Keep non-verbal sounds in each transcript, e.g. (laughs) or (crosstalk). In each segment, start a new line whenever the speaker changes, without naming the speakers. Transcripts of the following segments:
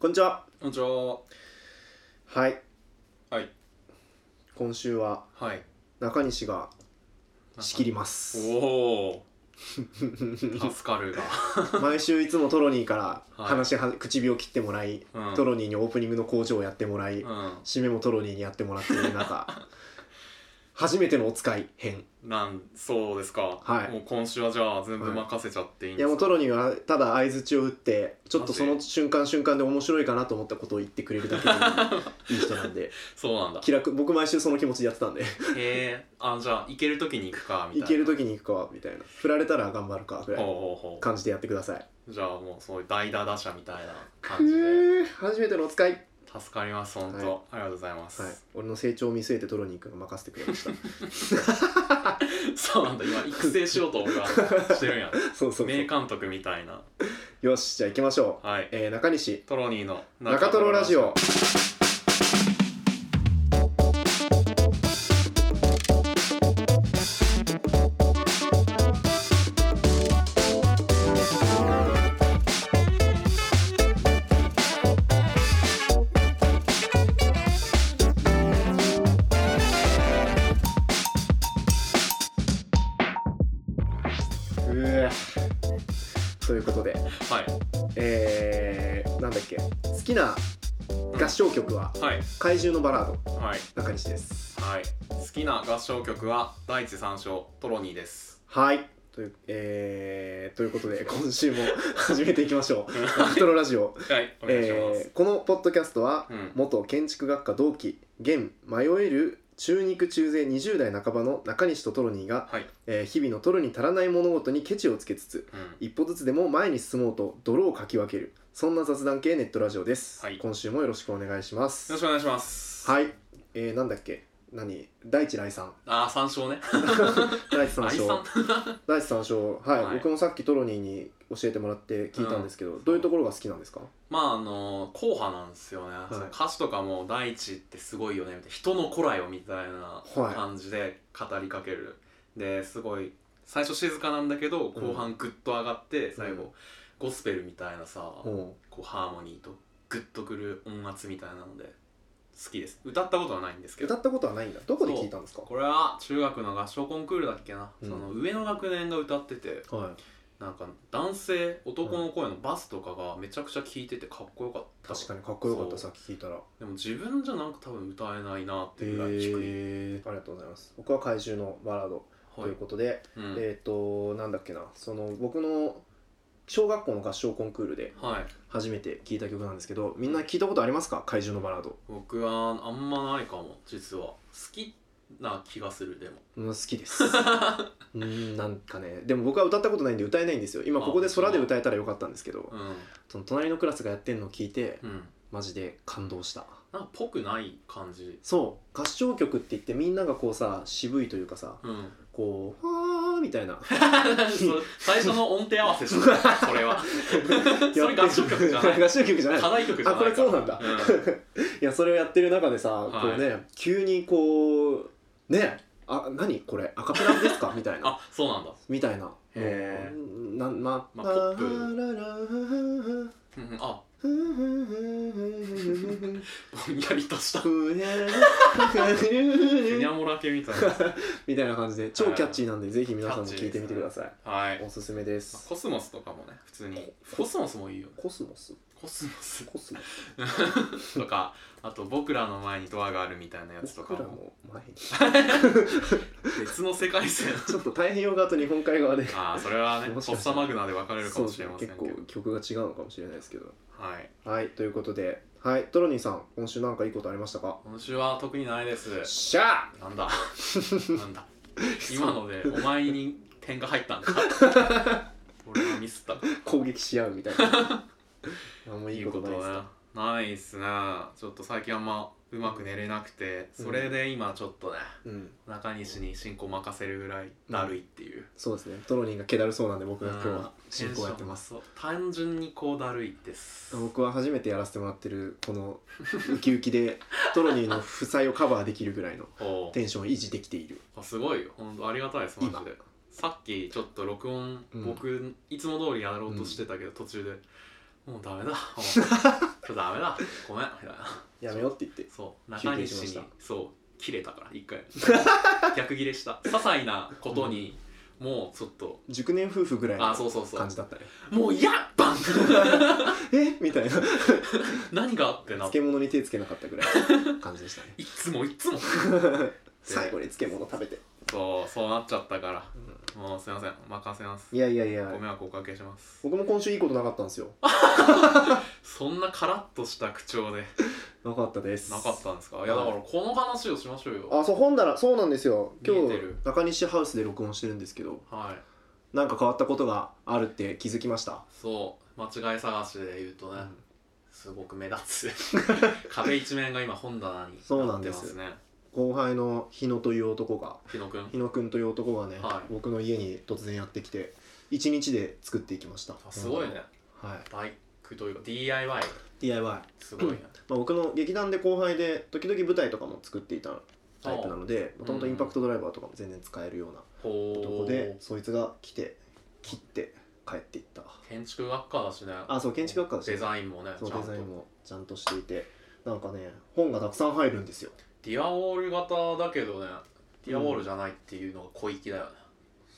こんにちは。
こんにちは。
はい。
はい。
今週は
はい。
中西が仕切ります。
おお。
(laughs)
パスカルが。
毎週いつもトロニーから
はい
話は、唇を切ってもらい、
うん
トロニーにオープニングの工場をやってもらい、
う
締めもトロニーにやってもらっている
(laughs)
中、初めてのお使い編。
ん。なん、そうですか。
はい
もう今週はじゃあ、全部任せちゃっていいん
い
で
やも
す
う
か。
トロニーはただ相槌を打って、ちょっとその瞬間瞬間で面白いかなと思ったことを言ってくれるだけでいいいい人なんで、
そうなんだ。
気楽、僕毎週その気持ちでやってたんで、
へえ。あ、じゃあ、行ける時に行くかみ
行
たい
け
な。
る時に行くか、みたいな。振られたら頑張るか、ぐらい
ほう
の
ほうほ
感じでやってください。
う。じゃあ、もう、そういう代打打者みたいな感じで。
くー初めてのお使い
助かります。本当、
はい
ありがとうございます。
はい、俺の成長を見据えてトロニー君が任せてくれ (laughs) ました
そうなんだ。今育成しようと僕はしてるんや。
(laughs) そうそうそう
名監督みたいな。
よしじゃあ行きましょう、
はい。
えー中西
トロニーの
中トロラジオうわということで
はい。
えー、なんだっけ好きな合唱曲は
はい。
「怪獣のバラード
はい。」
中西です
はい、好きな合唱曲は第一三章トロニー (laughs) です。
はいという,、えー、ということで今週も始めていきましょ
(laughs)
う「アクトロラジオ
はい、」お願いします。
えー、このポッドキャストは
うん
元建築学科同期現迷える中肉中背20代半ばの中西とトロニーが、
はい、
えー日々の取るに足らない物事にケチをつけつつ
うん、
一歩ずつでも前に進もうと泥をかき分けるそんな雑談系ネットラジオです、
はい
今週もよろしくお願いします
よろしくお願いします。い、
はい、えー、なんだっけ何大地来
(laughs)
さん
ああ、三章ね。
大地三
愛さん
章大地三章はい、
はい
僕もさっきトロニーに教えてもらって聞いたんですけど、
うん
どういうところが好きなんですか
(laughs) まああの硬派なんですよね、
い
その歌詞とかも「大地ってすごいよね」みたいな「人の古来を」みたいな
はい
感じで語りかける、ですごい最初静かなんだけど後半グッと上がって、最
うん
後ゴスペルみたいなさ、
ほ
こうハーモニーとグッとくる音圧みたいなので好きです歌ったことはないんです
う
けど
歌ったことはないんだどこで聞いたんですか
これは中学の合唱コンクールだっけな、
うん
その上の学年が歌ってて
は
なんか男性男の声のバスとかがめちゃくちゃ聴いててかっこよかっ
い
た
確かにかっこよかった
そ
さっき聞いたらへ
でも自分じゃなんか多分歌えないなっていうぐらい低い、
えありがとうございます僕は怪獣のバラードと
はいいう
ことで、
うん
えっ、となんだっけなその僕の小学校の合唱コンクールで
はい
初めて聞いた曲なんですけどみんな聞いたことありますか怪獣のバラード、
僕はあんまないかも実は好きな気がするでも
うん、好きですうんなんかねでも僕は歌ったことないんで歌えないんですよ今ここで空で歌えたらよかったんですけど
うん
その隣のクラスがやってんのを聞いて
うん
マジで感動した
なんかぽくない感じ
そう合唱曲って言ってみんながこうさ渋いというかさ
うん
(laughs) こう「はー」みたいな
それ最初の音程合わせしてた
(laughs)
それはそれ合唱曲じゃない
合唱曲じゃない
課題曲じゃ
あ
ない
これ
から
そうなんだ、いやそれをやってる中でさ、
はい
こうね急にこうねあ何これアカペラですかみたいな
あそうなんだ
みたいな
へー
うんなま
まあポップ
プ
うんうんあ (laughs) ぼんやりとしたふにゃもらけみたいな
みたいな感じで超キャッチーなんで、ぜひ皆さんも
キャッチー
聞いてみてください
はい、ま
おすすめです
あ、コスモスとかもね普通にコスモスもいいよね
コスモス
コスモス
コスモス
とかあと僕らの前にドアがあるみたいなやつとか
僕ら
も
の前に
別の世界 (laughs) 線
ちょっと太平洋側と日本海側で
ああそれはね
も
ポ
しか
ッ
した
サ
ら
マグナで分かれるか
そう
も
で
し
す
れ
ね
ません
結
けど
構曲が違うのかもしれないですけど
はい
はいということではいトロニーさん今週なんかいいことありましたか
今週は特にないです
しゃ
なん (laughs) だなんだ今のでお前に点が入ったん (laughs) だ俺はミスった
あ攻撃し合うみたいなあんまい
い
い
い
こ
ことと
ないです
はないっすねちょっと最近あんまうまく寝れなくて、
うん
それで今ちょっとね
うん
中西に進行任せるぐらいだるいっていう、
そうですねトロニーが気だるそうなんで僕
うん
が今日は進行やってます
テンションがそう単純にこうだるいです
僕は初めてやらせてもらってるこのウキウキでトロニーの負債をカバーできるぐらいの
おう
テンションを維持できている
あすごいよ本当ありがたいですマジでさっきちょっと録音、
うん
僕いつも通りやろうとしてたけど、途中でもうダメだもう
(laughs)
今日ダメだごめんみたいな
やめようって言って
そう
集
中
計しまし
西
た
にそう切れたから一回
(laughs)
逆切れした些細なことに、もうちょっと
熟年夫婦ぐらい
あ
の
そうそうそう
感じだったね
もうやっ
(laughs)
ばん
えみたいな
何があってな
漬物に手つけなかったぐらいの (laughs) 感じでしたね
いつもいつも
最後に漬物食べて、
そうそうなっちゃったからもうすいません任せます
いやいやいや
ご迷惑おかけします
僕も今週いいことなかったんですよ
そんなカラッとした口調で
なかったです
なかったんですかいやだからこの話をしましょうよ
あそう本棚そうなんですよ今
見えて
日
る
中西ハウスで録音してるんですけど
はい
なんか変わったことがあるって気づきました
そう間違い探しで言うとね、
うん
すごく目
(laughs)
立つ壁一面が今本棚に
そう
な
な
っ
ん
て
で
ますすね
後輩の日野という男が
日野くん
日野くんという男がね、
はい
僕の家に突然やってきて1日で作っていきました
あすごいね
はい
バイクというか DIY
DIY
すごいね
まあ、僕の劇団で後輩で時々舞台とかも作っていたタイプなのでもともとインパクトドライバーとかも全然使えるような
ほ
男で
う
そいつが来て切って帰っていった
建築学科だしね
あそう建築学科だし
デザインもね
そう
ちゃん
デ
と
ザインもちゃんとしていてなんかね本がたくさん入るんですよ
ディアウォール型だけどねディアウォールじゃないっていうのが小粋だよね、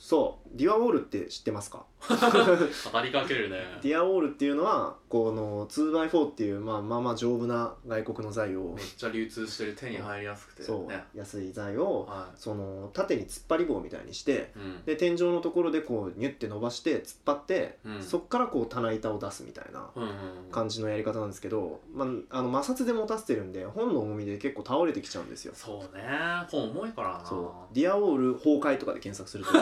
そうディアウォールって知ってますか
語りか
(laughs)
けるね
ディアウォールっていうのはこの 2x4 っていう、まあ、まあまあ丈夫な外国の材を
めっちゃ流通してる手に入りやすくてね
そう、安い材を
は
その縦に突っ張り棒みたいにして
いうん
で天井のところでこうニュッて伸ばして突っ張って、
うん
そっからこう棚板を出すみたいな
うんうんうん
感じのやり方なんですけど、まあ、あの摩擦で持たせてるんで本の重みで結構倒れてきちゃうんですよ
そうね本重いからな
そう「ディアウォール崩壊」とかで検索する
(laughs)
と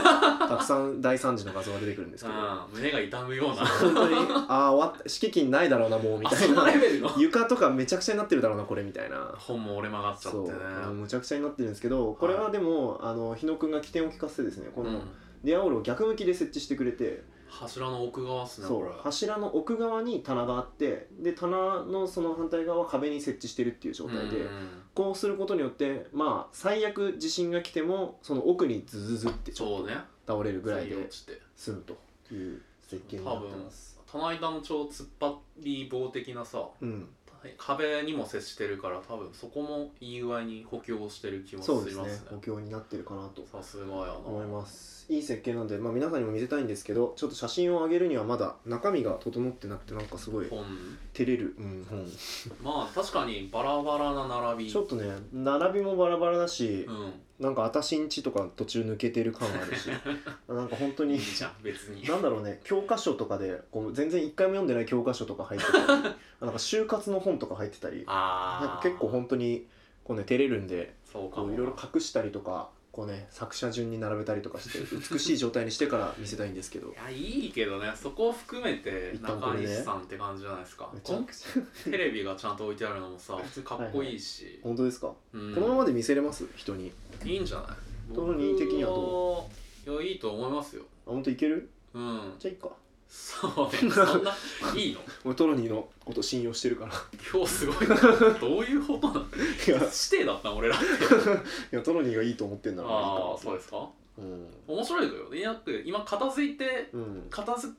たくさん大惨事の画像が出てくるんですけど
うん、胸が痛むような
本当にああ終わった (laughs) 敷金ないだろうなもうみ
あ
たい
(laughs) そのレ
な
ベルの
床とかめちゃくちゃになってるだろうなこれみたいな
本も折れ曲がっちゃって
そ
ね
うあのむちゃくちゃになってるんですけどこれはでも、あの日野くんが起点を利かせてですねこ
う
の
ん、
ディアウォールを逆向きで設置してくれて、
柱の奥側っすね
そ
こ
う
れ
柱の奥側に棚があってで棚のその反対側は壁に設置してるっていう状態で、
うんうん
こうすることによってまあ最悪地震が来てもその奥にズズズって
そうね
倒れるぐらい
材料
で
落ちて
済むという設計にな
多
って
分
ます。
棚板の超突っ張り棒的なさ
うん、
壁にも接してるから多分そこもいい具合に補強してる気もし
そう
ます
です
ね
ね補強になってるかなと
さすがやな
思いますいい設計なんで、まあ、皆さんにも見せたいんですけどちょっと写真を上げるにはまだ中身が整ってなくてなんかすごい
本
照れる、うん本
まあ確かにバラバラな並び
ちょっとね並びもバラバラだし
う、ん
なんか私んちとか途中抜けてる感ある
(laughs)
しなんか本当
いい
に
じゃん別に
なんだろうね教科書とかでこう全然一回も読んでない教科書とか入って
(laughs)
たりなんか就活の本とか入ってたりなん
あ
か
あ
結構本当にこうね照れるんで
そうか
こ
も
ういろいろ隠したりとかこうね作者順に並べたりとかして美しい状態にしてから見せたいんですけど
いやいいけどねそこを含めて
一旦こ
中
れね
西さんって感じじゃないですか、
めちゃ
こ
くちゃ
んテレビがちゃんと置いてあるのもさ普通かっこいいし、
本当ですか、
うん
このままで見せれます人に
いいんじゃない
トロニー的には
どういやいいと思いますよ
あ本当いける
うん
じゃあいいか
そう (laughs) ねそんないいの
俺トロニーのこと信用してる (laughs) から
今日すごいなどういうことなの
いやい
指定だったの俺らって
やトロニーがいいと思ってんならいいか
あ
な
あそうですか
うん
面白いのよいやだって今片付いて
うん
片付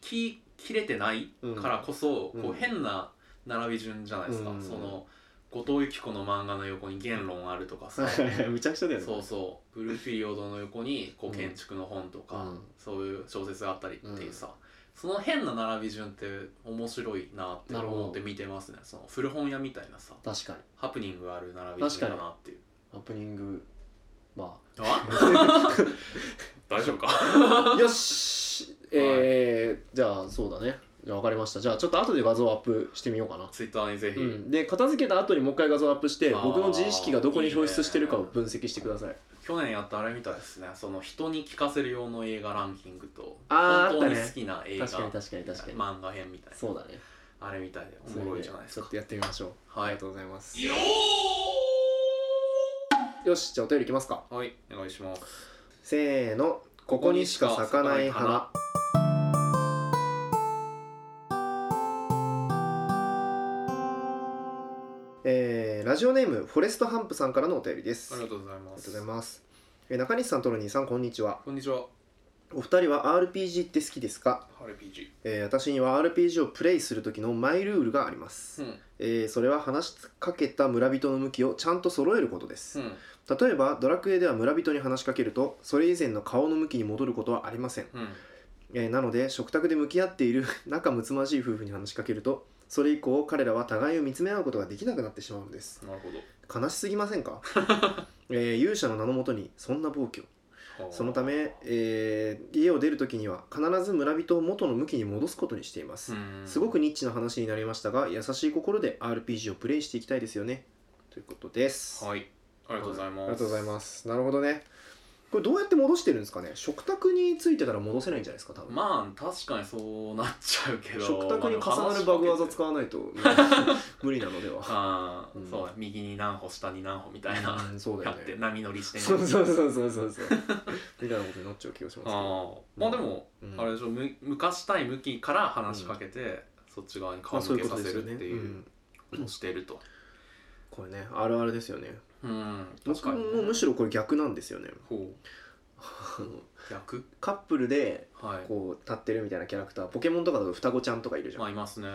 ききれてないから
(laughs)
こそ、
うん
こ
う
うん変な並び順じゃないですか、
うん
その後藤由紀子の漫画の横に言論あるとか (laughs) さ
はいはいはいむちゃくちゃだよね
そうそうブルーピリオドの横にこ
う
うん建築の本とか、
うん
そういう小説があったりっていうさ、その変な並び順って面白いなって
なるほど
思って見てますねその古本屋みたいなさ
確かに
ハプニングがある並び順だなっていう
ハプニングま (laughs)
あ大丈夫か
あよしえー、じゃあそうだねじゃあ分かりましたじゃあちょっと後で画像をアップしてみようかな
(laughs) ツイッターにぜひ、
うん、で片付けた後にもう一回画像をアップして
あー
僕の自意識がどこに表出してるかを分析してください
去年やったあれみたいですねその人に聞かせる用の映画ランキングと
あー
本当
あっ
に
たね
好きな映画
確かに確かに確かに
漫画編みたいな
そうだね
あれみたいでおもろいじゃないです
ちょ
か
っとやってみましょうあ
は
り
い
がとうございます
よ
よしじゃあお便りいきますか
ーはいお願いします
せーのここにしか咲かない花えー、ラジオネームフォレストハンプさんからのお便りです
あ
あ
り
り
が
が
とうございま
とう
す
ございますえー中西さんとるにさんこんにちは
こんにちは
お二人は RPG って好きですか、
RPG
えー私には RPG をプレイする時のマイルールがあります、
うん
えーそれは話しかけた村人の向きをちゃんと揃えることです、
うん
例えばドラクエでは村人に話しかけるとそれ以前の顔の向きに戻ることはありません、
うん
えーなので食卓で向き合っている (laughs) 仲睦まじい夫婦に話しかけるとそれ以降彼らは互いを見つめ合うことができなくなってしまうのです
なるほど
悲しすぎません
(laughs)
か、えー勇者の名のもとにそんな暴挙
はあ
そのため、えー家を出る時には必ず村人を元の向きに戻すことにしています、
うん
すごくニッチな話になりましたが優しい心で RPG をプレイしていきたいですよねということです、
はいありがとうございます
ありがとうございますなるほどねこれどうやって戻してるんですかね食卓についてたら戻せないんじゃないですか多分、
まあ確かにそうなっちゃうけど
食卓に重なるバグ技使わないと無理なので
(laughs)
は
ああ、
うん
そうだ右に何歩下に何歩みたいな、
うんそうだ
や
よ
って
ね
波乗りして
そう
う
そうそうそうそうそうみたいなことになっちゃう気がしますけど、
あーまあでも、
うん
あれでしょむ向かしたい向きから話しかけて、そっち側に
ま
顔
あそう
向
いう
け
こ
さ
とです
せ
よね
るっていううんことをしてると
これねあるあるですよね
うん確
僕
かに、
もむしろこれ逆なんですよね
ほ
あの
う逆
カップルで
はい
こう立ってるみたいなキャラクターポケモンとかだと双子ちゃんとかいるじゃん、
まあいますね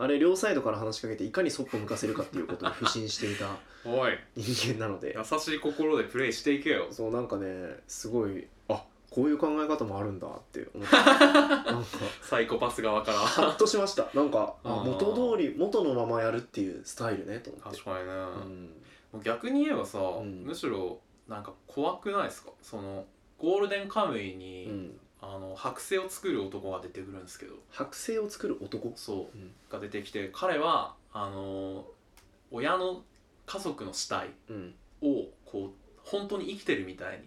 あれ両サイドから話しかけていかにそっぽ向かせるかっていうことに不信していた
おい
人間なので
優しい心でプレイしていけよ
そうなんかねすごいあこういう考え方もあるんだって思
(laughs)
ったなんか
サイコパス側から
ハッとしましたなんかあ
あー
元通り元のままやるっていうスタイルねと思って
確かにね、
うん
もう逆に言えばさ、
ん
むしろなんか怖くないですかそのゴールデンカムイに、
うん
あの剥製を作る男が出てくるんですけど
剥製を作る男
そう
うん
が出てきて彼はあの親の家族の死体
うん
をこう本当に生きてるみたい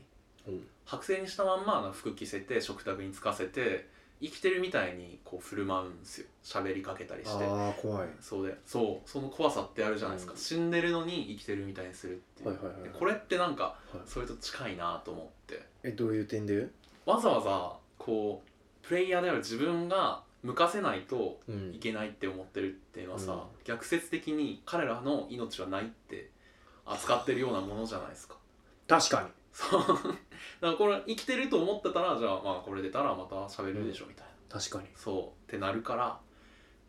に
うん
剥製にしたまんまなんか服着せて食卓につかせて生きてるみたいにこう振る舞うんですよ喋りかけたりして
ああ怖い
そうでそうその怖さってあるじゃないですか、
うん
死んでるのに生きてるみたいにするっていう、
はいはいはい
でこれってなんか
はい
それと近いなと思って
えどういう点で
わざわざこうプレイヤーである自分が向かせないと
う
い
ん
けないって思ってるっていうのはさ、
うん
逆説的に彼らの命はないって扱ってるようなものじゃないですか。
確かに
そう (laughs) だからこれ生きてると思ってたらじゃあまあこれ出たらまた喋るでしょみたいな、
確かに
そうってなるから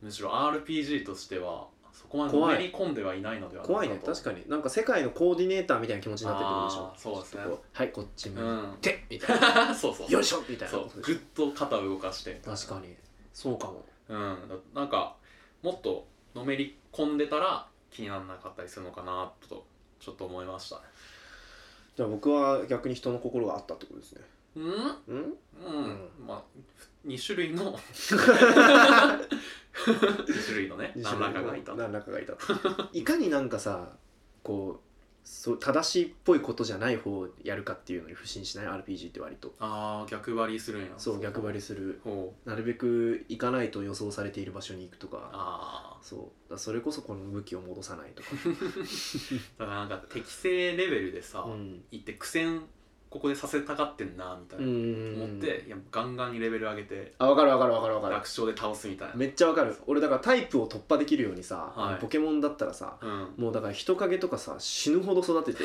むしろ RPG としてはそこまでの
怖い
めり込んではいないのでは
怖いね確かになんか世界のコーディネーターみたいな気持ちになってくるでしょ
あーそうですね
ちょっとこうはいこっち向いて、みたいな
かに (laughs) そうそ
(laughs)
う
よいしょみたいな
そ
こ
う
とで
ぐ
し
っと肩を動かして
ょ確かにそうかも
うんだなんかもっとのめり込んでたら気にならなかったりするのかなとちょっと思いましたね
じゃあ僕は逆に人の心があったってことですね
うんうん、
うん
まあ2種類 (laughs) の2種類のね何らかがいた
何らかがいた (laughs) いかになんかさこうそう正しいっぽいことじゃない方をやるかっていうのに不信しない RPG って割と
あー逆張りするんや
そう逆張りする
ほう
なるべく行かないと予想されている場所に行くとか
あ
そうだからそれこそこの向きを戻さないとか、
あだからなんか適正レベルでさ、
うん、
行って苦戦ここでさせたがってんなみたいな、
思
思っていやガンガンにレベル上げて
あ分かる分かる分かる分か
楽
る
勝で倒すみたいな
めっちゃわかる俺だからタイプを突破できるようにさ、
はい
ポケモンだったらさ
うん、
もうだから人影とかさ死ぬほど育てて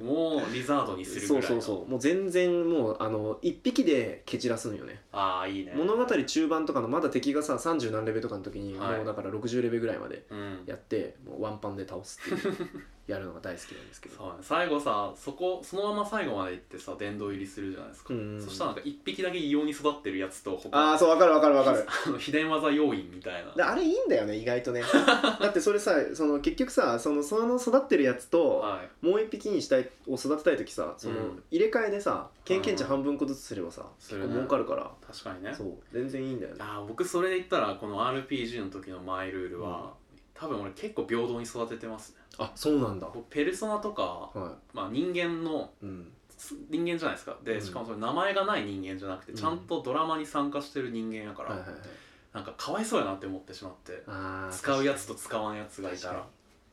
もうリザードにするぐ
そ
ら
う
いの
そうそうもう全然もうあの一匹で蹴散らすんよね
ああいいね
物語中盤とかのまだ敵がさ30何レベルとかの時に、
はい
もうだから60レベルぐらいまで
うん
やってもうワンパンで倒すっていうやるのが大好きなんですけど
そうね最後さそこそのまま最後まで行ってさ殿堂入りするじゃないですか、
うん
そしたらなんか一匹だけ異様に育ってるやつと
あ
他
あそうわかるわかるわかる
(laughs) あの秘伝技要員みたいな
であれいいんだよね意外と
(laughs)
ねだってそれさその結局さそのその育ってるやつと、
はい
もう一匹にしたいを育てたい時さその、
うん
入れ替えでさ経験値半分個ずつすればさ結
それ
構
ね
儲かるから
確かにね
そう全然いいんだよね
あー僕それで言ったらこの RPG の時のマイルールは、多分俺結構平等に育ててますね
あそうなんだ
こうペルソナとか、
は
まあ、人間の
いうん
す人間じゃないですかで、
うん
しかもそれ名前がない人間じゃなくて、
うん
ちゃんとドラマに参加してる人間やから、
はいはいはい
なんかかわいそうやなって思ってしまって
あー
使うやつと使わんやつがいた
確
ら
か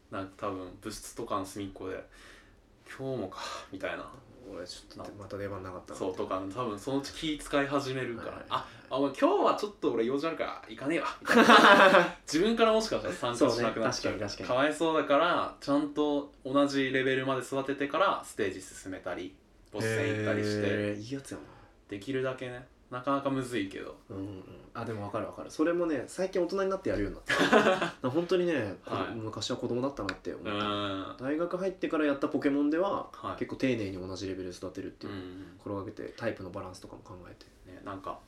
なんか多分部室とかの隅っこで「今日もか」みたいな
に俺ちょっとまた出番なかったな
そうとか多分そのうち気使い始めるから「
はいはい
ああお前今日はちょっと俺用事あるから行か
(laughs)
ねえわ」みたいな自分からもしかしたら参加しなくなっち
そ
ゃう
うね確かに確かに
わいそうだからちゃんと同じレベルまで育ててからステージ進めたりボス戦行ったりして
へーいいやつやな
できるだけねなかなかむずいけど
うんうん、あでも分かる分かるそれもね最近大人になってやるようになったな
(laughs)
本当にね、こ
はい
昔は子供だったなって思
うー
うん大学入ってからやったポケモンでは、
はい
結構丁寧に同じレベルで育てるって
う
いう、
ん
心がけてタイプのバランスとかも考えて
ねなんか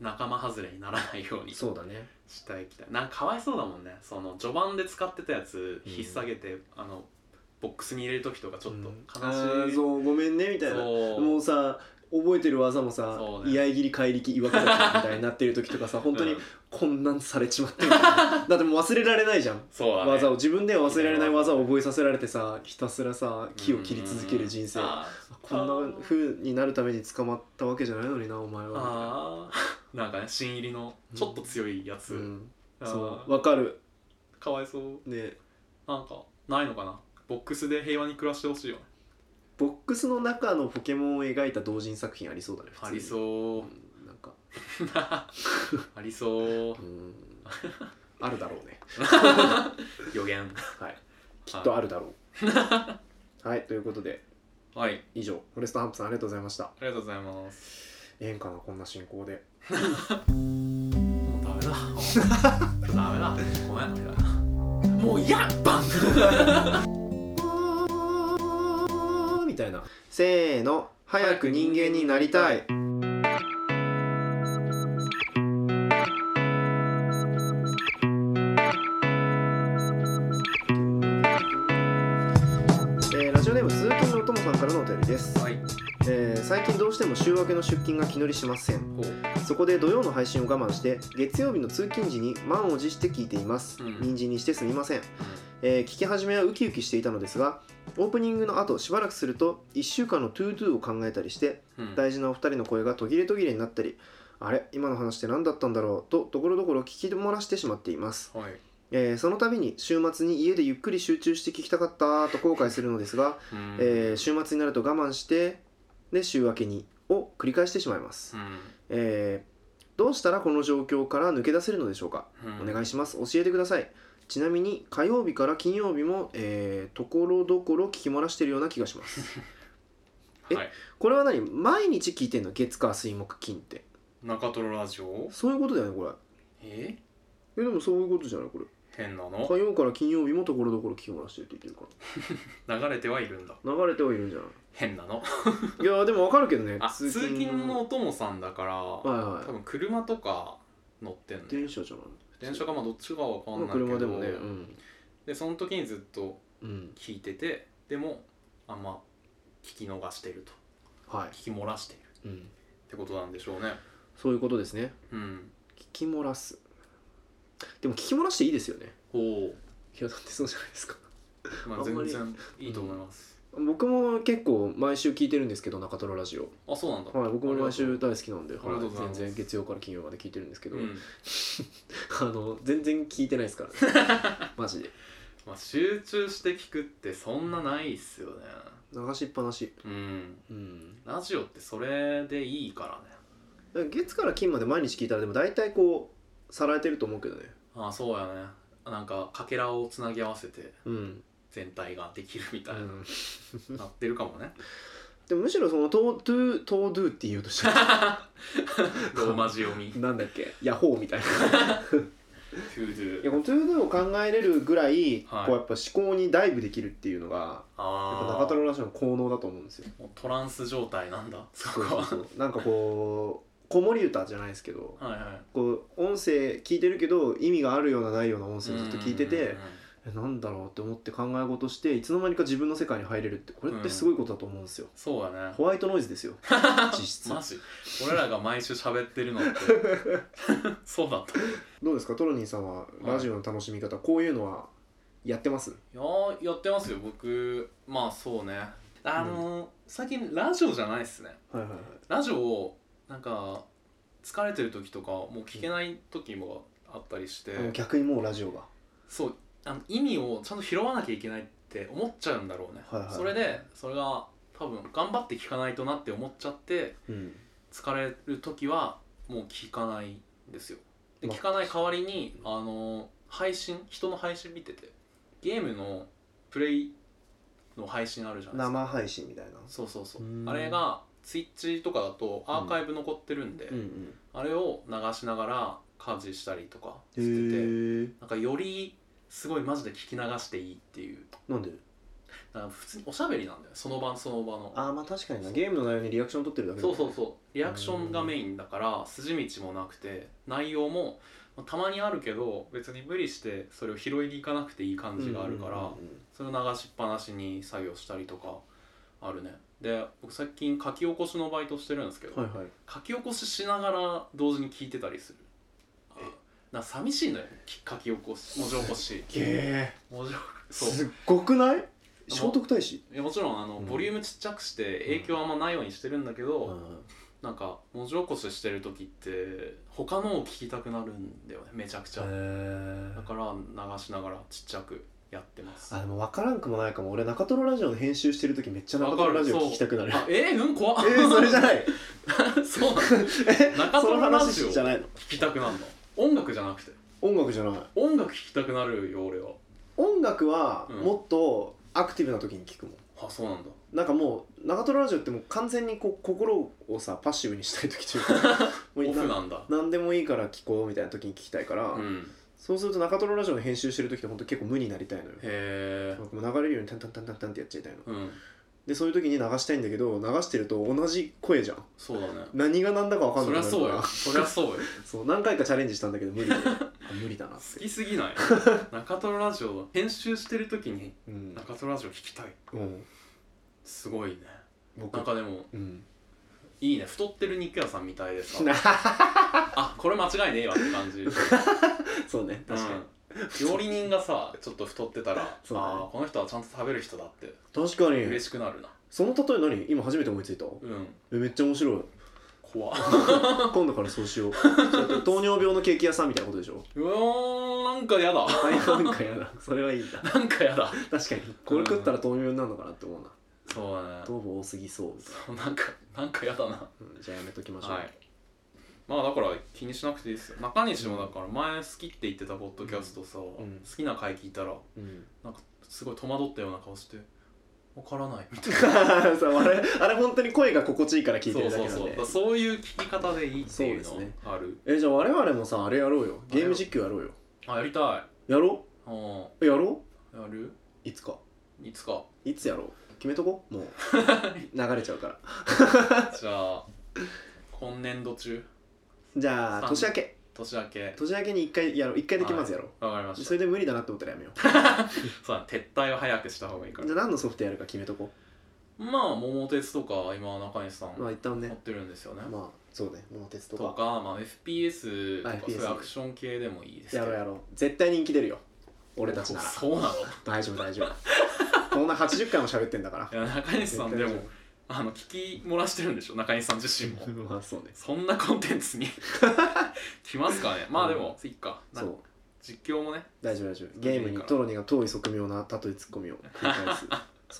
仲間外れにならないように
そうだね
したいきたいなんかかわいそうだもんねその序盤で使ってたやつ
うん
引っ提げて、あのボックスに入れる時とかちょっと
うん
悲しい、
あーそうごめんねみたいな
そう
もうさ覚えてる技もさ
そう
「
ね
居合切り怪力岩形」みたいになってる時とかさ本当に
うん
こんなんされちまってる
(laughs)
からだってもう忘れられないじゃん
そうだね
技を自分では忘れられない技を覚えさせられてさひたすらさ木を切り続ける人生
うんあ
こんな風になるために捕まったわけじゃないのになお前
ー
は
あー (laughs) なんかね新入りのちょっと強いやつ、
うん
あー
そうわかる
かわいそう
ね
なんかないのかなボックスで平和に暮らしてほしいよね
ボックスの中のポケモンを描いた同人作品ありそうだね普通
あ
に
りそう
う、んなんか
(laughs) ありそう
うんあるだろう
(laughs)
ね
予言
はいきっとあるだろ
(laughs)
うはいということで
はいあり
以上フォレストハンプさんありがとうございました
がとうございます
ええんかなこんな進行で
もうダメだダメだごめんみたいなもうやっばん
みたいなせーの早く人間になりたいえーラジオネーム通勤のお供さんからのお便りです、
はい
えー最近どうしても週明けの出勤が気乗りしません
ほう
そこで土曜の配信を我慢して月曜日の通勤時に満を持して聞いています、
うん
人参にしてすみませんえー聞き始めはウキウキしていたのですがオープニングの後しばらくすると1週間のトゥードゥを考えたりして
うん
大事なお二人の声が途切れ途切れになったりあれ今の話って何だったんだろうとところどころ聞き漏らしてしまっています、
はい
えーその度に週末に家でゆっくり集中して聞きたかったと後悔するのですが、
うん
えー週末になると我慢してで週明けにを繰り返してしまいます、えーどうしたらこの状況から抜け出せるのでしょうか
うん
お
い
願いします教えてくださいちなみに火曜日から金曜日もえーところどころ聞き漏らしてるような気がしますえ
はい
これは何毎日聞いてんの月火水木金って
中トロラジオ
そういうことだよねこれ
え
えでもそういうことじゃないこれ
変なの
火曜から金曜日もところどころ聞き漏らしてるって言ってるか
流れてはいるんだ
ら流れてはいるんじゃな
変なの
いいやーでもわかるけどね
あ通勤のお供さんだから
はい
多
は
分車とか乗ってんの
い電車じゃない
電車かまあどっちかは分かん
ま
な
あ
いけど
車でもねうん、
でその時にずっと
うん、
聞いててでもあんま聞き逃してると
は
聞き漏らしてる
い、うん、
ってことなんでしょうね
そういうことですね
うん
聞き漏らすでも聞き漏らしていいですよね
おお
いやだってそうじゃないですか
ま
あん
あ
ま
全
り
然いいと思います、
僕も結構毎週聞いてるんですけど中トロラジオ
あそうなんだ
はい僕も毎
あり
週
が
大好きなんで、は
ありがとうござい
全
ます
然月曜から金曜まで聞いてるんですけ
と
ど、 (laughs)
う、うん
あの全然聞いてないですから、 (laughs) ね、マジで
まあ、集中して聞くってそんなないっすよね
流しっぱなし
うん
うん
ラジオってそれでいいからね
月から金まで毎日聞いたらでも大体こうさらえてると思うけどね
あそうやねなんかかけらをつなぎ合わせて
うん、
全体ができるみ
う
たい
ん、
ななってるかも (laughs) ね
でもむしろその「トートゥートードゥ」って言うとした (laughs) ら
ローマ字読みト
なんだっけヤホーみたいな
ゥー
い
ド
や
ゥ
この「トゥードゥ」を考えれるぐらい、
はい
こうやっぱ思考にダイブできるっていうのがやっぱ
あ
中
あ
トロラジオの効能だと思うんですよ
もうトランス状態なんだそこ
そうそう
は
そうなんかこう子守歌じゃないですけど
はいはい
こう音声聞いてるけど意味があるようなないような音声をずっと聞いて
うんうん
て
うん
えなんだろうって思って考え事していつの間にか自分の世界に入れるってこれってすごいことだと思うんですよ、
そうだね
ホワイトノイズです (laughs) よ実質
マジ俺らが毎週喋ってるのって (laughs) そうだったい
どうですかトロニーさんはラジオの楽しみ方、こういうのはやってます
やーやってますよ僕まあそうねあのー最近ラジオじゃないっすね
はいはいはい
ラジオをなんか疲れてる時とかもう聞けない時もあったりして、
あの逆にもうラジオが
そうあの意味をちゃんと拾わなきゃいけないって思っちゃうんだろうね、
はいはい
それでそれが多分頑張って聞かないとなって思っちゃって
うん
疲れる時はもう聞かないんですよで
まあ
聞かない代わりにあの配信人の配信見ててゲームのプレイの配信あるじゃないですか
生配信みたいな
そうそうそう
うーん
あれがツイッチとかだとアーカイブ残ってるんで、
うんうん
あれを流しながら家事したりとかしてて
へえ
なんかよりすごいマジで聞き流していいっていう
なんで
なんか普通におしゃべりなんだよその晩その場の
ああまあ確かになゲームの内容にリアクション取ってるだけだ
そうそうそうリアクションがメインだから筋道もなくて内容もまあたまにあるけど別に無理してそれを拾いに行かなくていい感じがあるから、
うんうんうんうん
それを流しっぱなしに作業したりとかあるねで僕最近書き起こしのバイトしてるんですけど、
はいはい
書き起こししながら同時に聞いてたりするあなんか寂しいのよき書き起こし文字起こし
げ
文字起こしそう
すっごくない聖徳太子
いやもちろんあの、
うん
ボリュームちっちゃくして影響あんまないようにしてるんだけど、
うん
なんか文字起こししてる時って他のを聞きたくなるんだよねめちゃくちゃ、だから流しながらちっちゃくやってます
あでも分からんくもないかも俺中トロラジオの編集してる時めっちゃ中トロラジオ聞きたくなる
あえー、うん怖
(laughs)
っ
えー、それじゃない
(laughs) そうなの
え
中ト
そ
ロ
の
ラジ
話
オ
じゃ
聞
ないの
きたくなるの音楽じゃなくて
音楽じゃない
音楽聞きたくなるよ俺は
音楽は
うん
もっとアクティブな時に聞くもん、
あそうなんだ
なんかもう長瀞ラジオってもう完全にこう心をさパッシブにしたい時と
(laughs)
いうかもう
オフ
な
なんだ
何でもいいから聞こうみたいな時に聞きたいから、
うん
そうすると中瀞ラジオの編集してる時って本当結構無になりたいのよ
へえ
なんかもう流れるようにタンタンタンタンタンってやっちゃいたいの
うん
でそういう時に流したいんだけど流してると同じ声じゃん
そうだね
何が何だか分かん
そ
な
り
い
ゃそうよそりゃそうよ
そう何回かチャレンジしたんだけど無理
(laughs)
であ無理だなっ
好
て
きすぎない (laughs) 中トロラジオ編集してる時に
うん、
中トロラジオ聞きたい
うん、
すごいね
僕
なんかでも
うん
いいね太ってる肉屋さんみたいでさ
な
あこれ間違いねえわって感じ
(laughs) そうね確かに、
うん、料理人がさちょっと太ってたら、あ
そうだね
あーこの人はちゃんと食べる人だって
確かに
嬉しくなるな
その例え何今初めて思いついた
うん
えめっちゃ面白い
(laughs) 怖っ
今度からそうしよう糖尿病のケーキ屋さんみたいなことでしょ
うわーなんかやだ (laughs)
あなんかやだそれはいいんだ
なんかやだ
確かにこれ食ったら糖尿病になるのかなって思うな
そうだね
糖分多すぎそうみたい
そうなんかなんかやだな
な、うんじゃあやめときましょう、
はいまあだから気にしなくていいですよ中西もだから前好きって言ってたポッドキャストさ、
ん
好きな回聞いたら
うん、
なんかすごい戸惑ったような顔して「わからない」
(laughs)
みたいな
さああれあれ本当に声が心地いいから聞いてるだけなんで
そうそうそうだからそういう聞き方でいいっていう
そうですね
のある
えじゃあ我々もさあれやろうよゲーム実況やろうよ
あやりたい
やろ
うん
うやろ
やる
ういつか
いつか
いつやろう決めとこ
(laughs)
うもう流れちゃうから
じゃあ今年度中
じゃあ
三
年明け
年明け
年明けに一回やろう一回だけまずやろう、
わかりまし
そ
た
れで無理だなって思ったらやめよう
そうだね撤退を早くした方がいいから
じゃあ何のソフトやるか決めとこ
まあ桃鉄とか今中西さん
うまあ
持
一旦ね
ってるんですよね
まあそうね桃鉄と
と
か
かまあ、FPS とか
あ
そうい
FPS
うアクション系でもいいですけ
や
ど
ろうやろう絶対人気出るよ俺たちなら
そうそうなの
大丈夫大丈夫こんな80回も喋ってんだから
(laughs) いや中西さんで
絶対
もあの聞き漏らしてるんでしょ中西さん自身も
大丈夫まあそうね
そんなコンテンツ
(laughs)
に来ますかねまあでも、いっかな
そう
実況もね
大丈夫大丈夫ゲームにトロニーが遠い側面な例えツッコミを繰り
(laughs)
返す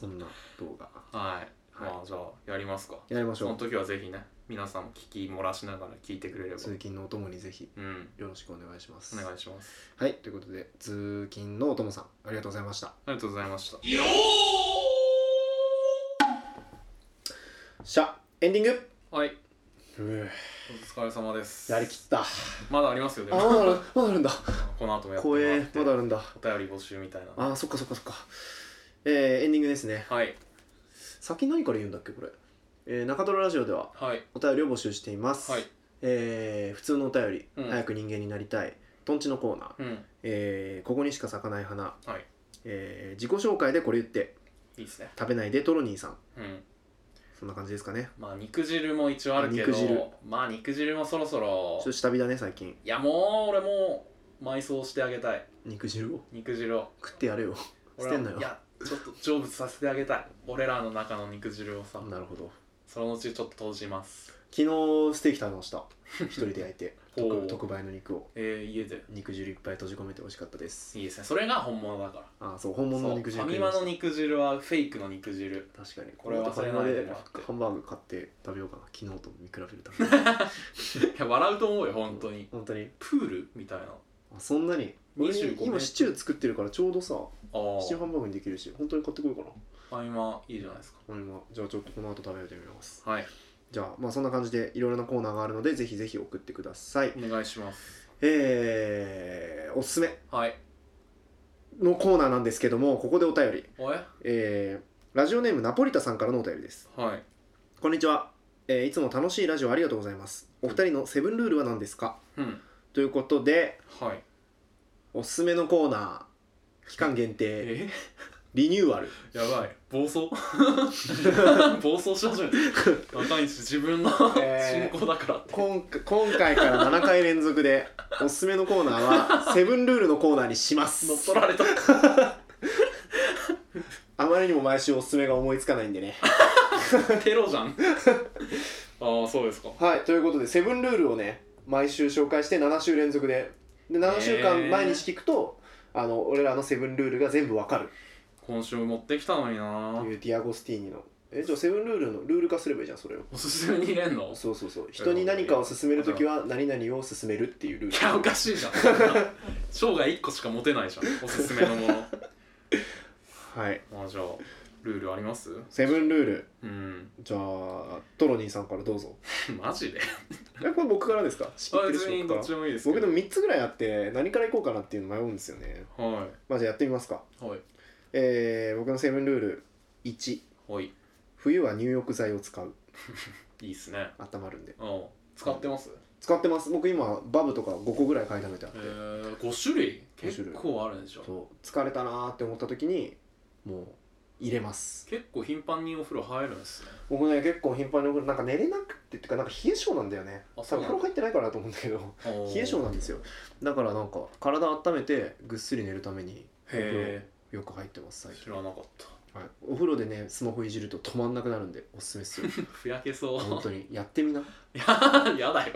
そんな動画
はい、
はい
まあじゃあやりますか
やりまし
そ
ょ
の
う
時はぜひね皆さんも聞き漏らしながら聞いてくれれば
通勤のお供にぜひ
うん
よろしくお願いします
お願いします
はいということで通勤のお供さんありがとうございました
ありがとうございました
しゃエンディング
はいう
ぅ
お疲れ様です
やりきったあ
まだありますよで
ま
も
だあるまだあるんだ
この後もやっても
光
らっ
栄
て
まだあるんだ
お便り募集みたいな
あーそっかそっかそっかえー、エンディングですね
はい
先何から言うんだっけこれ、えー、中トロラジオでは
はい
お便りを募集しています、
はい
えー普通のお便り、
うん
早く人間になりたいとんちのコーナー、
うん
えーここにしか咲かない花、
はい
えー自己紹介でこれ言って
いいですね
食べないでトロニーさん
うん
そんな感じですかね
まあ肉汁も一応あるけど
肉汁
まあ肉汁もそろそ
ちょ
ろ
っと下火だね最近
いやもう俺もう埋葬してあげたい
肉汁を
肉汁を
食ってやれよ捨
俺
て
は
んなよ
いやちょっと成仏させてあげたい俺らの中の肉汁をさ
なるほど
そのうちちょっと投じます
昨日ステーキ食べました一人で焼い
(laughs)
て
ほう
特特売の肉を
えー、家で
肉汁いっぱい閉じ込めて美味しかったです
いいですねそれが本物だから
あーそう本物の肉汁
そうファミマの肉汁はフェイクの肉汁 (laughs)
確かに
これは
ファミ
忘
マ
れないで
で
もらって
ハンバーグ買って食べようかな昨日と見比べるために
いや笑うと思うよ (laughs) 本当に
本当に
プールみたいな
あそんなに俺
25
今シチュー作ってるからちょうどさ
あー
シチューハンバーグにできるし本当に買ってこようかな
ファミマいいじゃないです
あ今じゃあちょっとこの後食べてみます
かはい
じゃあまあそんな感じでいろいろなコーナーがあるのでぜひぜひ送ってください
お願いします
えーおすすめ
はい
のコーナーなんですけどもここでお便り
おえ
えーラジオネームナポリタさんからのお便りです
はい
こんにちは、えーいつも楽しいラジオありがとうございますお二人のセブンルールは何ですか
うん
ということで
はい
おすすめのコーナー期間限定
え
リニューアル
やばい暴走 (laughs) 暴走し始めて若いし自分の
え
信
ー
仰だからって、
今回今回から7回連続でおすすめのコーナーはセブンルールのコーナーにします
乗っ取られた
あまりにも毎週おすすめが思いつかないんでね
テロじゃ
(laughs)
んああそうですか
はいということでセブンルールをね毎週紹介して7週連続でで7週
へ
間
ー
毎日聞くと、あの俺らのセブンルールが全部わかる
今週持ってきたのにな
というディアゴスティーニのえじゃあセブンルールのルール化すればいいじゃんそれを
おすすめに入れんの
そうそうそう人に何かを勧めるときは何々を勧めるっていうル
いやお
ール
か
(laughs)
しいじゃん生涯1個しか持てないじゃんおすすめのもの
はい
まあじゃあルールあります
セブンルール
うん
じゃあトロニーさんからどうぞ
マジで
えこれ僕からですか仕切
あ
ってる
別
人
に
か
ど
ら
っちでもいいです
僕
け
で
ど
も3つぐらいあって何からいこうかなっていうの迷うんですよね
は
まあじゃあやってみますか
いはい
えー、僕のセブンルール1
はい
冬は入浴剤を使う
いいっすね
温まるんで
うん使ってます
使ってます僕今バブとか5個ぐらい買い溜めてあっ
え
て、
ー、5種類
五種類
結構あるんでしょ
そう疲れたなーって思った時にもう入れます
結構頻繁にお風呂入るんですね
僕ね結構頻繁にお風呂なんか寝れなくてっていうかなんか冷え性なんだよね多
あ
分
そう
お
な
風
の
呂入ってないからだと思うんだけど冷え性なんですよだからなんか体温めてぐっすり寝るために
へ
よく入ってます最
え
近
知らなかった (laughs)
はい、お風呂でねスマホいじると止まんなくなるんでおすすめっすよ
(laughs) ふやけそう
本当にやってみな
いや (laughs) やだよ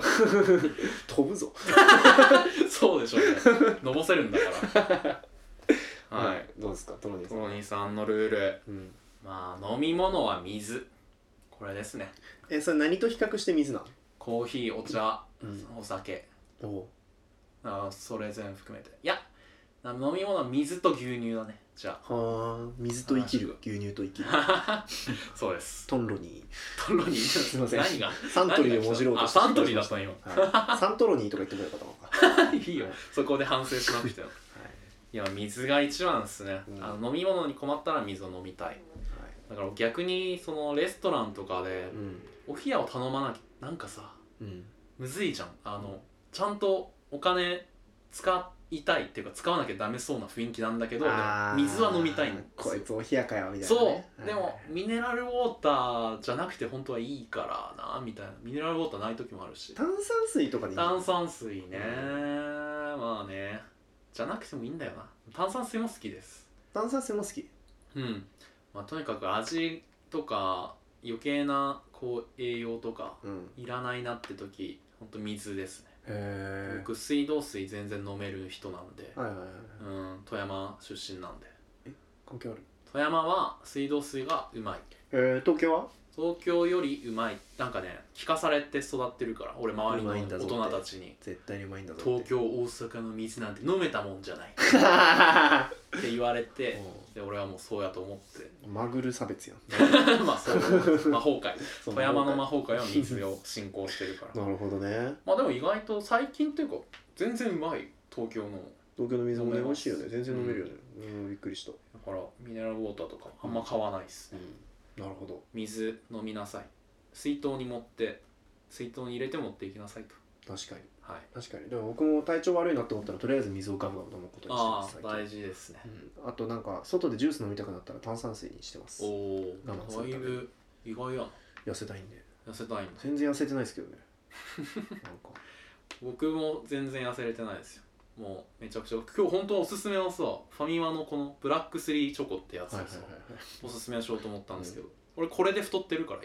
飛ぶぞ
そうでしょうねのぼせるんだ
(laughs)
からはい、
どうですかトロニー
ト
さん、
ロニーさんのルール
うん、
まあ飲み物は水これですね
えそれ何と比較して水なの
コーヒーお茶、
うん
お酒
お
あーそれ全部含めていやな飲み物は水と牛乳だねじゃ
はあ水と生きる牛乳と生き
(laughs)
る
あそうです
トンロニ
トロニー
すいません
何が
ーサントリーをもじろうと
あ
して
サントリー
(laughs)
だった今
はい、サントロニーとか言ってくれたのか、
いいよそこで反省しなくてもいや水が一番ですね、
うん
あの飲み物に困ったら水を飲みたい
は
だから逆にそのレストランとかで
い、うん
お冷やを頼まなきゃなんかさ
うん
むずいじゃんあのちゃんとお金使いたいっていうか使わなきゃダメそうな雰囲気なんだけどでも
あー
水は飲みたいんです
こい
よ
つお冷やかよみたいな、ね、
そう、
はい
でもミネラルウォーターじゃなくて本当はいいからなみたいなミネラルウォーターない時もあるし
炭酸水とかでいい
炭酸水ねまあねじゃなくてもいいんだよな炭酸水も好きです
炭酸水も好き
うんまあとにかく味とか余計なこう栄養とか
うん
いらないなって時ほんと水ですね
へ
僕水道水全然飲める人なんで
えはいはいはい
うん富山出身なんで
関係ある
富山は水道水がうまい
えー、東京は
東京よりうまいなんかね聞かされて育ってるから俺周りの
うまいんだ
大
ぞって
人たちに
絶対にうまいんだぞ
東
(laughs)
京大阪の水なんて飲めたもんじゃないって言わ
(laughs)
れてで俺はもうそうやと思って
マグル差別やん
まあそう魔法界富山の魔法界は水を信仰してるから
なるほどね
まあでも意外と最近というか全然うまい東京の
東京の水もね
飲め
美
ま
味し
す
いよね全然飲めるよね、うん、びっくりした、
だからミネラルウォーターとかあんま買わないですね
なるほど
水飲みなさい水筒に持って水筒に入れて持っていきなさいと
確かに
はい
確かにでも僕も体調悪いなと思ったらとりあえず水をガブガブ飲むことにしてま
あ
す
あ
最近
大事ですね
うん、あとなんか外でジュース飲みたくなったら炭酸水にしてます
おお
我慢するた
だ
め
いぶ意外やな
痩せたいんで
痩せたいんだ
全然痩せてないですけどねなんか
僕も全然痩せれてないですよもうめちゃくちゃ今日本当はおすすめのさファミマのこのブラックスリーチョコってやつを
は
さ
い、はいはいはい
おすすめしようと思ったんですけど、俺これで太ってるから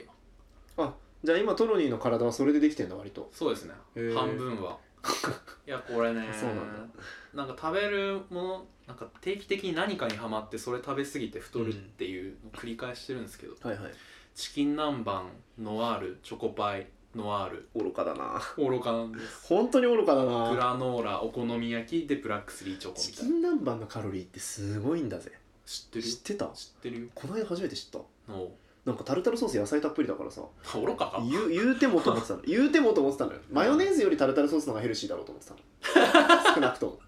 今
じゃあ今トロニーの体はそれでできてんだ割と
そうですね
へー
半分は (laughs) いやこれね
そうなん
なんか食べるものなんか定期的に何かにはまってそれ食べ過ぎて太るっていうのを繰り返してるんですけど、
はいはい
チキン南蛮ノワールチョコパイノワール
愚かだな
愚かなんです
本当に愚かだ
グ
な
ラノーラお好み焼きでブラックスリーチョコ
チ
み
キ
たいな
ン南蛮のカロリーってすごいんだぜ
知ってる
知ってた
知ってるよ
この間初めて知った
の
なんかタルタルソース野菜たっぷりだからさ
愚かか
言う言うてもと思ってたの言うてもと思ってたのよマヨネーズよりタルタルソースの方がヘルシーだろうと思ってたの少なく (laughs) とも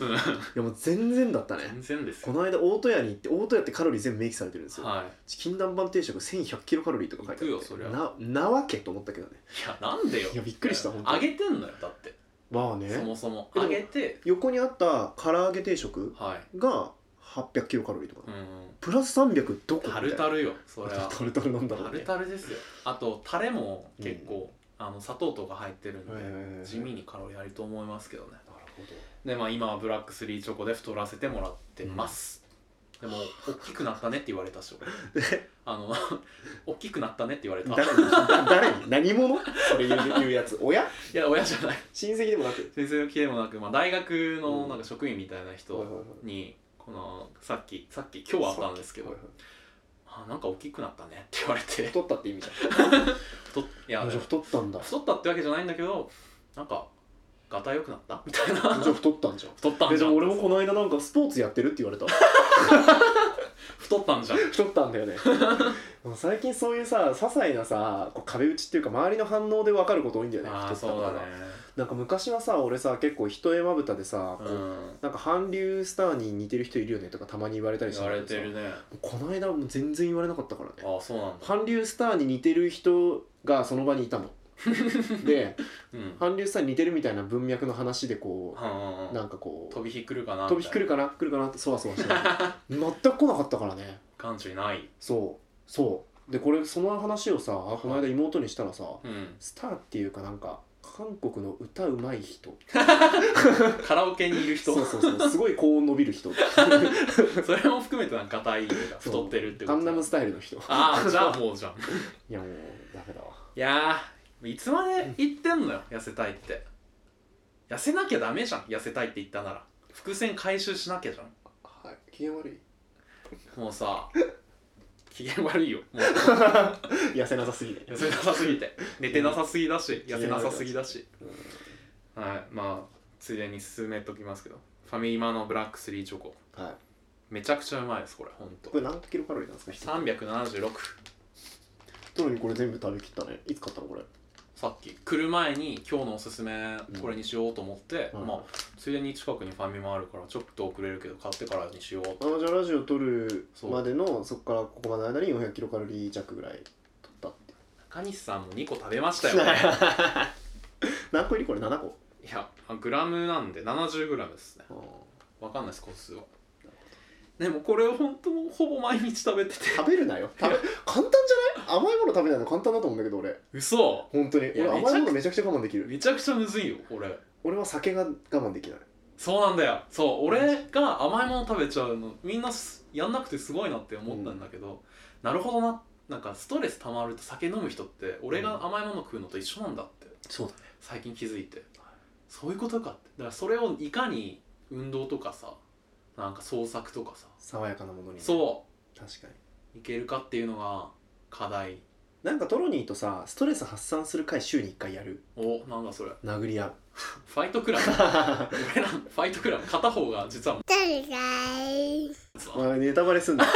う
い
ん
やもう全然だったね
全然です
こ
よ
の間大戸屋に行って大戸屋ってカロリー全部明記されてるんですよ、
はい
チキン南蛮定食1100キロカロリーとか書いてあ
行くよそりゃ
ってななわけと思ったけどね
いやなんでよ
いやびっくりした本当に
あげてんのよだって
まあ
そ
ね
もそも
でも
あげて
横にあった唐揚げ定食
はい
が800キロカロリーとか、
うん
プラス300どこ
タルタ
ル
ルよそれは
タルタルなんだろ
タ
うね
ルタルですよあとタレも結構、あの砂糖とか入ってるんで、
へー
地味にカロリーありと思いますけどね
なるほど
でまあ今はブラックスリーチョコで太らせてもらってます、でも大きくなったねって言わ
(laughs)
れたし俺あの (laughs) 大きくなったねって言われた
誰にだ誰に何者それ言う言うやつ親
いや親じゃない
親戚でもなく
先生の気でもなく、まあ、大学
う
の
ん
なんか職員みたいな
はいはい
人
はい
に、このさっきさっき今日会ったんですけど
はいはい
「あなんか大きくなったね」って言われ
(laughs)
て
太ったって意味じ
太っい
ゃ
や
んじゃあ太ったんだ
太ったってわけじゃないんだけどなんかがた良くなったみたいな
じゃあ太ったんじゃん
太ったん
え
じ
じ
ゃ
ゃ
ん
あ俺もこの間なんかスポーツやってるって言われた
太ったんじゃん
太ったんだよねでも最近そういうさ些細なさこう壁打ちっていうか周りの反応で分かること多いんだよね
あ
太っ
あ
た
そう
から
だね
なんか昔はさ俺さ結構一重まぶたでさ、こ
う
うんなんか韓流スターに似てる人いるよねとかたまに言われたりして
言われてるね
この間もう全然言われなかったからね
ああそうなんだ
韓流スターに似てる人がその場にいた
(laughs)
ので
うん
韓流スターに似てるみたいな文脈の話でこ
うんう
うん
うん
なんかこう
飛び火来るかな
飛び火来
る
るかな来るかなってそわそわ (laughs) してた全く来なかったからね
眼中にない
そうそうでこれその話をさこの間妹にしたらさ
うん
スターっていうかなんか韓国の歌うまい人
カラオケにいる人
そうそうそうすごい高音伸びる (laughs) 人
(laughs) それも含めてなんか硬いが太ってるってこ
ガ
と
ンダムスタイルの人い
ああじゃあもうじゃんい
やもうダメだわ
やーいつまで言ってんのよ痩せたいって痩せなきゃダメじゃん痩せたいって言ったなら伏線回収しなきゃじゃん
はい機嫌悪い
もうさ機嫌悪いよもう (laughs)
痩せなさすぎて
痩せなさすぎて寝てなさすぎだし痩せなさすぎだし
うん
はいまあついでに進めときますけどファミリーマのブラックスリーチョコ
はい
めちゃくちゃうまいですこれほんと
これ何キロカロリーなんですか一人
376
なのにこれ全部食べきったねいつ買ったのこれ
さっき来る前に今日のおすすめこれにしようと思って、
うん
まあついでに近くにファミマあるからちょっと遅れるけど買ってからにしよう
あじゃあラジオ撮る
そう
までのそこからここまでの間に400キロカロリー弱ぐらい取ったって
中西さんも2個食べましたよ (laughs) ね
(laughs) 何個入りこれ7個
いやあグラムなんで 70g ですね
あー
わかんないです個数はでもこれを本当もうほぼ毎日食べてて
食べるなよ食べ簡単じゃない甘いもの食べないの簡単だと思うんだけど俺
嘘
本当に俺
いや
甘いものめちゃくちゃ我慢できる
めちゃくちゃむずいよ俺
俺は酒が我慢できない
そうなんだよそう俺が甘いもの食べちゃうのみんなすやんなくてすごいなって思ったんだけど、なるほどななんかストレス溜まると酒飲む人って俺が甘いもの食うのと一緒なんだって
そうだね
最近気づいてそういうことかってだからそれをいかに運動とかさなんか創作とかさ
爽やかなものにね
そ
確かに
ういけるかっていうのが課題
なんかトロニーとさストレス発散する回週に1回やる
おなんだそれ
殴り合 (laughs) う
ファイトクラブ俺らファイトクラブ片方が実はもう
对来。
お前ネタバレすんな (laughs) ネ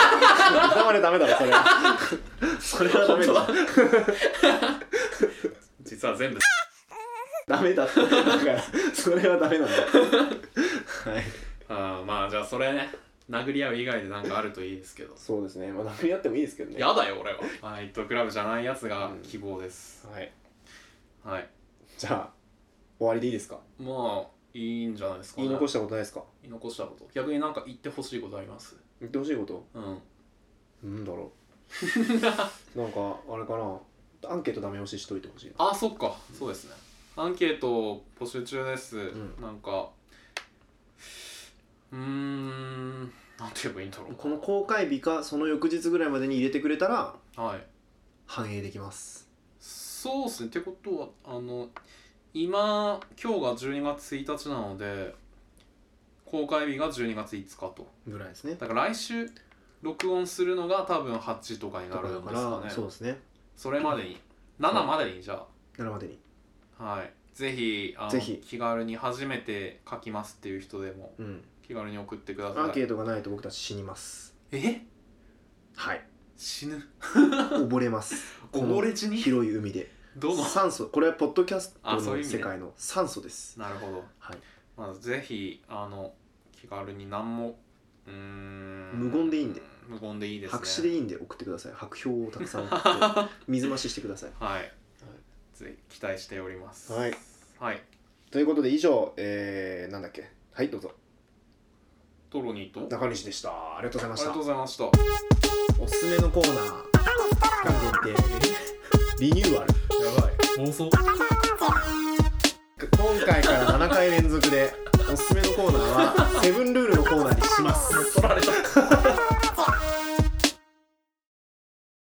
タバレダメだろそれはそれはダメだ
本 (laughs) 実は全部
(laughs) ダメだってだからそれはダメなんだ (laughs) はい
あーまあじゃあそれね殴り合う以外でなんかあるといいですけど
そうですねまあ殴り合ってもいいですけどね
やだよ俺はファイトクラブじゃないやつが希望です、
はい
はい
じゃあ終わりでいいですか
まあいいんじゃないですか、
言
ね、
い残したことないですか
言い残したこと逆になんか言ってほしいことあります
言ってほしいこと
うん
なんだろ (laughs) うなんかあれかなアンケートダメ押ししといてほしいな
あそっかそうですねアンケート募集中です、
ん
なんかうーんなんて言えばいいんだろうな
この公開日かその翌日ぐらいまでに入れてくれたら
はい
反映できます
そうですねってことはあの今今日が12月1日なので公開日が12月5日と
ぐらいですね
だから来週録音するのが多分8とかに
だ
な
か
る
ら
んですかね
そうですね
それまでに7までにじゃ
なるまでに
あはいぜひあの
ぜひ
気軽に初めて書きますっていう人でも
うん
気軽に送ってくだ
アン
さ
ケ
い
ートがないと僕たち死にます
え
はい
死ぬ
溺れ (laughs) ますこ
溺
の
れ死に
広い海で
どの
酸素これはポッドキャスト
あそう
の
いう意味
世
ね
界の酸素です
なるほど、
はい
まあ、ぜひあの気軽に何もうーん
無言でいいんで
無言でいいですね
白紙でいいんで送ってください白氷をたくさん送って (laughs) 水増ししてください
はいぜひ期待しております
はい、
はい、
ということで以上えー、なんだっけはいどうぞ
トロニーとあ
中西でしたありがとうございま
り
し
が
た
とうございました
おすすめのコーナー期間限定リニューアル
やばい妄想
今回から7回連続でおすすめのコーナーはセブンルールのコーナーにします
取られた